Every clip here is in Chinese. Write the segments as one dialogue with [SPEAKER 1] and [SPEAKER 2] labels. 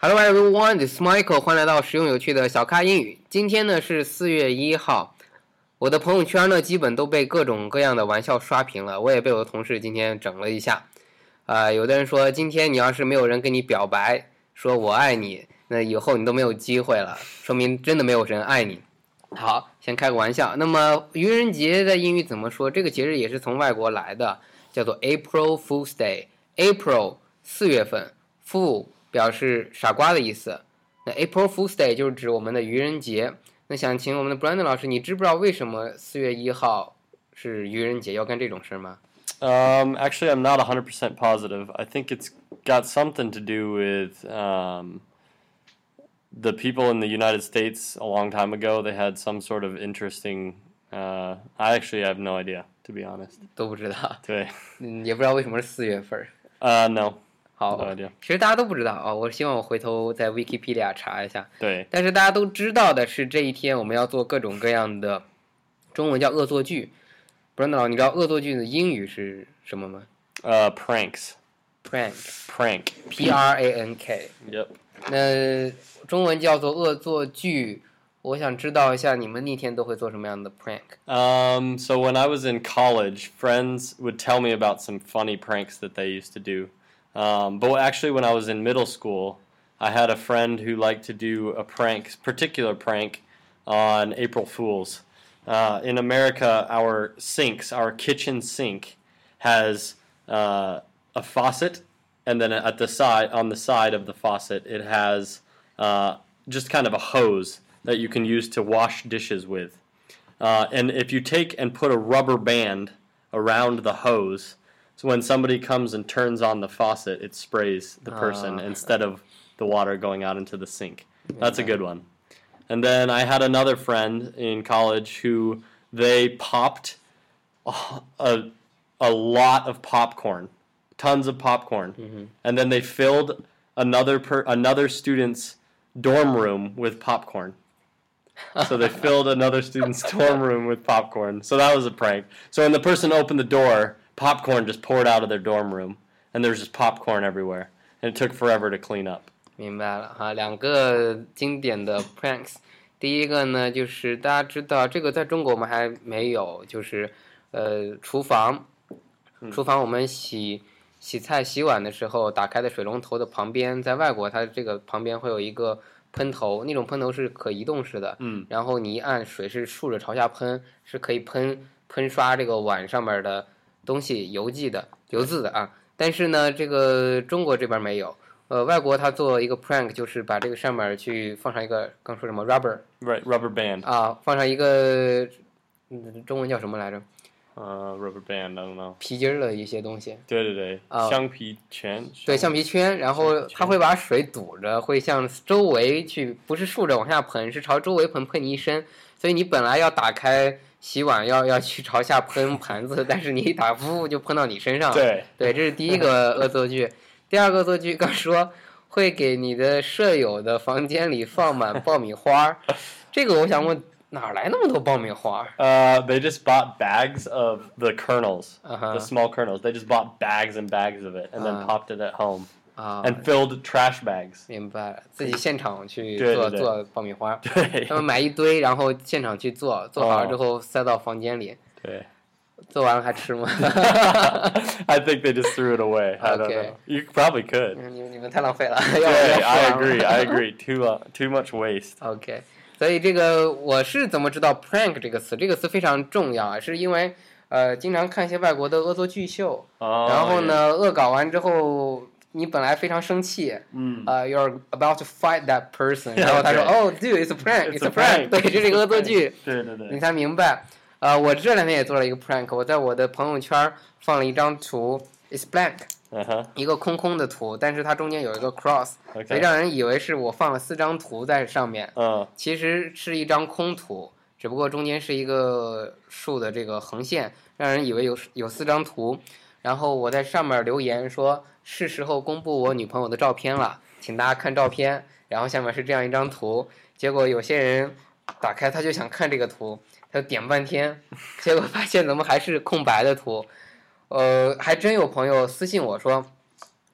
[SPEAKER 1] Hello everyone, this is Michael，欢迎来到实用有趣的小咖英语。今天呢是四月一号，我的朋友圈呢基本都被各种各样的玩笑刷屏了，我也被我的同事今天整了一下。呃，有的人说今天你要是没有人跟你表白，说我爱你，那以后你都没有机会了，说明真的没有人爱你。好，先开个玩笑。那么愚人节在英语怎么说？这个节日也是从外国来的，叫做 April Fool's Day。April 四月份，Fool 表示傻瓜的意思。那 April Fool's Day 就是指我们的愚人节。那想请我们的 Brandon 老师，你知不知道为什么四月一号是愚人节要干这种事儿吗？
[SPEAKER 2] Um, actually, I'm not 100% positive. I think it's got something to do with um, the people in the United States a long time ago. They had some sort of interesting. Uh, I actually have no idea, to be honest.
[SPEAKER 1] 都不知道，
[SPEAKER 2] 对。
[SPEAKER 1] 嗯，也不知道为什么是四月份儿。
[SPEAKER 2] Uh, no.
[SPEAKER 1] 好
[SPEAKER 2] No idea，
[SPEAKER 1] 其实大家都不知道啊、我希望我回头在 Wikipedia 查一下。
[SPEAKER 2] 对。
[SPEAKER 1] 但是大家都知道的是，这一天我们要做各种各样的，中文叫恶作剧。Brandon 老师，你知道恶作剧的英语是什么吗
[SPEAKER 2] Uh, pranks.
[SPEAKER 1] ？Prank，P
[SPEAKER 2] Prank.
[SPEAKER 1] R A N K。
[SPEAKER 2] Yep.
[SPEAKER 1] 那中文叫做恶作剧。我想知道一下你们那天都会做什么样的 prank？
[SPEAKER 2] Um, so when I was in college, friends would tell me about some funny pranks that they used to do. Um, but actually, when I was in middle school, I had a friend who liked to do a prank, particular prank, on April Fools. Uh, in America, our sinks, our kitchen sink, has uh, a faucet, and then at the side, on the side of the faucet, it has uh, just kind of a hose that you can use to wash dishes with. Uh, and if you take and put a rubber band around the hose, so when somebody comes and turns on the faucet, it sprays the person
[SPEAKER 1] Ah.
[SPEAKER 2] instead of the water going out into the sink. That's a good one. And then I had another friend in college who they popped a, a, a lot of popcorn, tons of popcorn, and then they filled another per, another student's dorm room with popcorn. So they filled another student's dorm room with popcorn. So that was a prank. So when the person opened the door, popcorn just poured out of their dorm room, and there was just popcorn everywhere, and it took forever to clean up.
[SPEAKER 1] 明白了哈，两个经典的 pranks。第一个呢，就是大家知道这个在中国我们还没有，就是呃厨房，厨房我们洗洗菜、洗碗的时候打开的水龙头的旁边，在外国它这个旁边会有一个喷头，那种喷头是可移动式的，
[SPEAKER 2] 嗯，
[SPEAKER 1] 然后你一按水是竖着朝下喷，是可以喷喷刷这个碗上面的东西油迹的油渍的啊。但是呢，这个中国这边没有，呃，外国它做一个 prank 就是把这个上面去放上一个刚说什么 rubber
[SPEAKER 2] Right, rubber band.
[SPEAKER 1] 啊，放上一个嗯中文叫什么来着？
[SPEAKER 2] Uh, rubber band. I don't know.
[SPEAKER 1] 皮筋儿的一些东西，
[SPEAKER 2] 对对对，
[SPEAKER 1] 啊。
[SPEAKER 2] 橡皮圈。
[SPEAKER 1] 对，橡皮圈，然后它会把水堵着，会向周围去，不是竖着往下喷，是朝周围喷，喷你一身。所以你本来要打开洗碗，要要去朝下喷盘子，但是你一打，噗就喷到你身上。，对，这是第一个恶作剧。第二个恶作剧，刚说会给你的舍友的房间里放满爆米花儿，这个我想问，哪儿来那么多爆米花儿？
[SPEAKER 2] Uh, they just bought bags of the kernels,
[SPEAKER 1] 啊
[SPEAKER 2] the small kernels. They just bought bags and bags of it, and then
[SPEAKER 1] Uh. Oh.
[SPEAKER 2] popped it at home
[SPEAKER 1] 哈啊，
[SPEAKER 2] and filled trash bags.
[SPEAKER 1] 明白了，自己现场去
[SPEAKER 2] 对对
[SPEAKER 1] 做
[SPEAKER 2] 对
[SPEAKER 1] 做爆米花儿。他 们买一堆，然后现场去做，做好了之
[SPEAKER 2] 哦
[SPEAKER 1] 后塞到房间里，
[SPEAKER 2] 对对。
[SPEAKER 1] 做完了还吃 吗？
[SPEAKER 2] I think they just threw it away. I don't
[SPEAKER 1] Okay.
[SPEAKER 2] know. You probably could.
[SPEAKER 1] 你们你们太浪费了，要
[SPEAKER 2] 对 I
[SPEAKER 1] 要
[SPEAKER 2] agree. I agree. Too uh, too much waste.
[SPEAKER 1] OK，所以这个我是怎么知道 prank 这个词？这个词非常重要啊，是因为呃，经常看一些外国的恶作剧秀，
[SPEAKER 2] 哦
[SPEAKER 1] 然
[SPEAKER 2] Oh,
[SPEAKER 1] 后呢，恶搞完之后，你本来非常生气。
[SPEAKER 2] 嗯，
[SPEAKER 1] 呃、y o u r e about to fight that person，
[SPEAKER 2] Yeah,
[SPEAKER 1] 然后他说
[SPEAKER 2] okay.
[SPEAKER 1] "Oh, dude, it's a prank,
[SPEAKER 2] It's
[SPEAKER 1] it's a
[SPEAKER 2] a
[SPEAKER 1] prank."
[SPEAKER 2] prank.
[SPEAKER 1] 对，这是一个恶作剧。 你
[SPEAKER 2] 对对对。
[SPEAKER 1] 才明白。呃，我这两天也做了一个 prank，我在我的朋友圈放了一张图，is blank，
[SPEAKER 2] Uh-huh.
[SPEAKER 1] 一个空空的图，但是它中间有一个 cross，所以
[SPEAKER 2] Okay.
[SPEAKER 1] 让人以为是我放了四张图在上面，
[SPEAKER 2] Uh,
[SPEAKER 1] 其实是一张空图，只不过中间是一个竖的这个横线，让人以为有有四张图。然后我在上面留言说，是时候公布我女朋友的照片了，请大家看照片。然后下面是这样一张图，结果有些人打开他就想看这个图，他就点半天，结果发现怎么还是空白的图。呃，还真有朋友私信我说，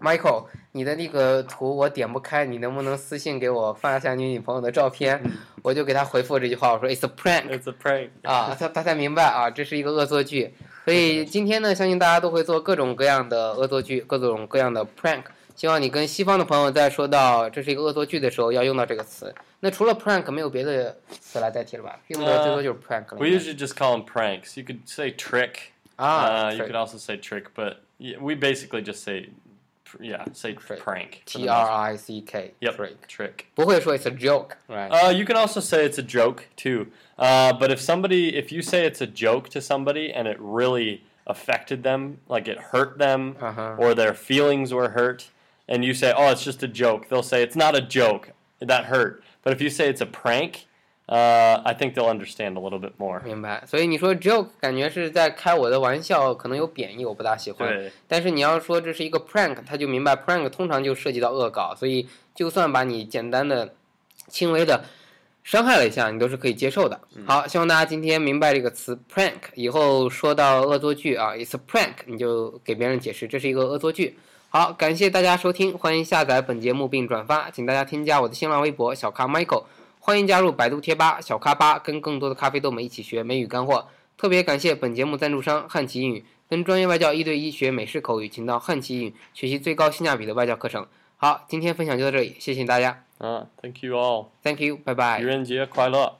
[SPEAKER 1] Michael，你的那个图我点不开，你能不能私信给我发一下你女朋友的照片？我就给他回复这句话，我说 It's a prank
[SPEAKER 2] It's a prank.
[SPEAKER 1] 啊，他他才明白啊，这是一个恶作剧。所以今天呢，相信大家都会做各种各样的恶作剧，各种各样的 prank。希望你跟西方的朋友在说到这是一个恶作剧的时候，要用到这个词。那除了 prank，没有别的词来代替了吧？用的最多就是 prank 了。
[SPEAKER 2] We usually just call them pranks. You could say trick.
[SPEAKER 1] 啊
[SPEAKER 2] uh, you could also say trick, but yeah, we basically just say, pr- yeah, say
[SPEAKER 1] Trick.
[SPEAKER 2] prank. for the
[SPEAKER 1] T
[SPEAKER 2] most-
[SPEAKER 1] R I C K
[SPEAKER 2] Yep.
[SPEAKER 1] trick，
[SPEAKER 2] Trick.
[SPEAKER 1] 不会说 it's a joke，right？
[SPEAKER 2] Uh, you can also say it's a joke too. Uh, but if somebody, if you say it's a joke to somebody and it really affected them, like it hurt them,
[SPEAKER 1] Uh-huh.
[SPEAKER 2] or their feelings were hurt, and you say, "Oh, it's just a joke," they'll say, "It's not a joke. That hurt." But if you say it's a prank, uh, I think they'll understand a little bit more.
[SPEAKER 1] 明白，所以你说 joke 感觉是在开我的玩笑，可能有贬义，我不大喜欢。
[SPEAKER 2] 对
[SPEAKER 1] 但是你要说这是一个 prank，他就明白 prank 通常就涉及到恶搞，所以就算把你简单的、轻微的伤害了一下，你都是可以接受的。好，希望大家今天明白这个词 prank，以后说到恶作剧啊，it's a prank，你就给别人解释这是一个恶作剧。好，感谢大家收听，欢迎下载本节目并转发，请大家添加我的新浪微博小咖 Michael，欢迎加入百度贴吧小咖吧，跟更多的咖啡豆们一起学美语干货。特别感谢本节目赞助商汉奇英语，跟专业外教一对一学美式口语，请到汉奇英语学习最高性价比的外教课程。好，今天分享就到这里，谢谢大家
[SPEAKER 2] Uh, thank you all.
[SPEAKER 1] ，Thank you，拜拜。
[SPEAKER 2] 愚人节快乐！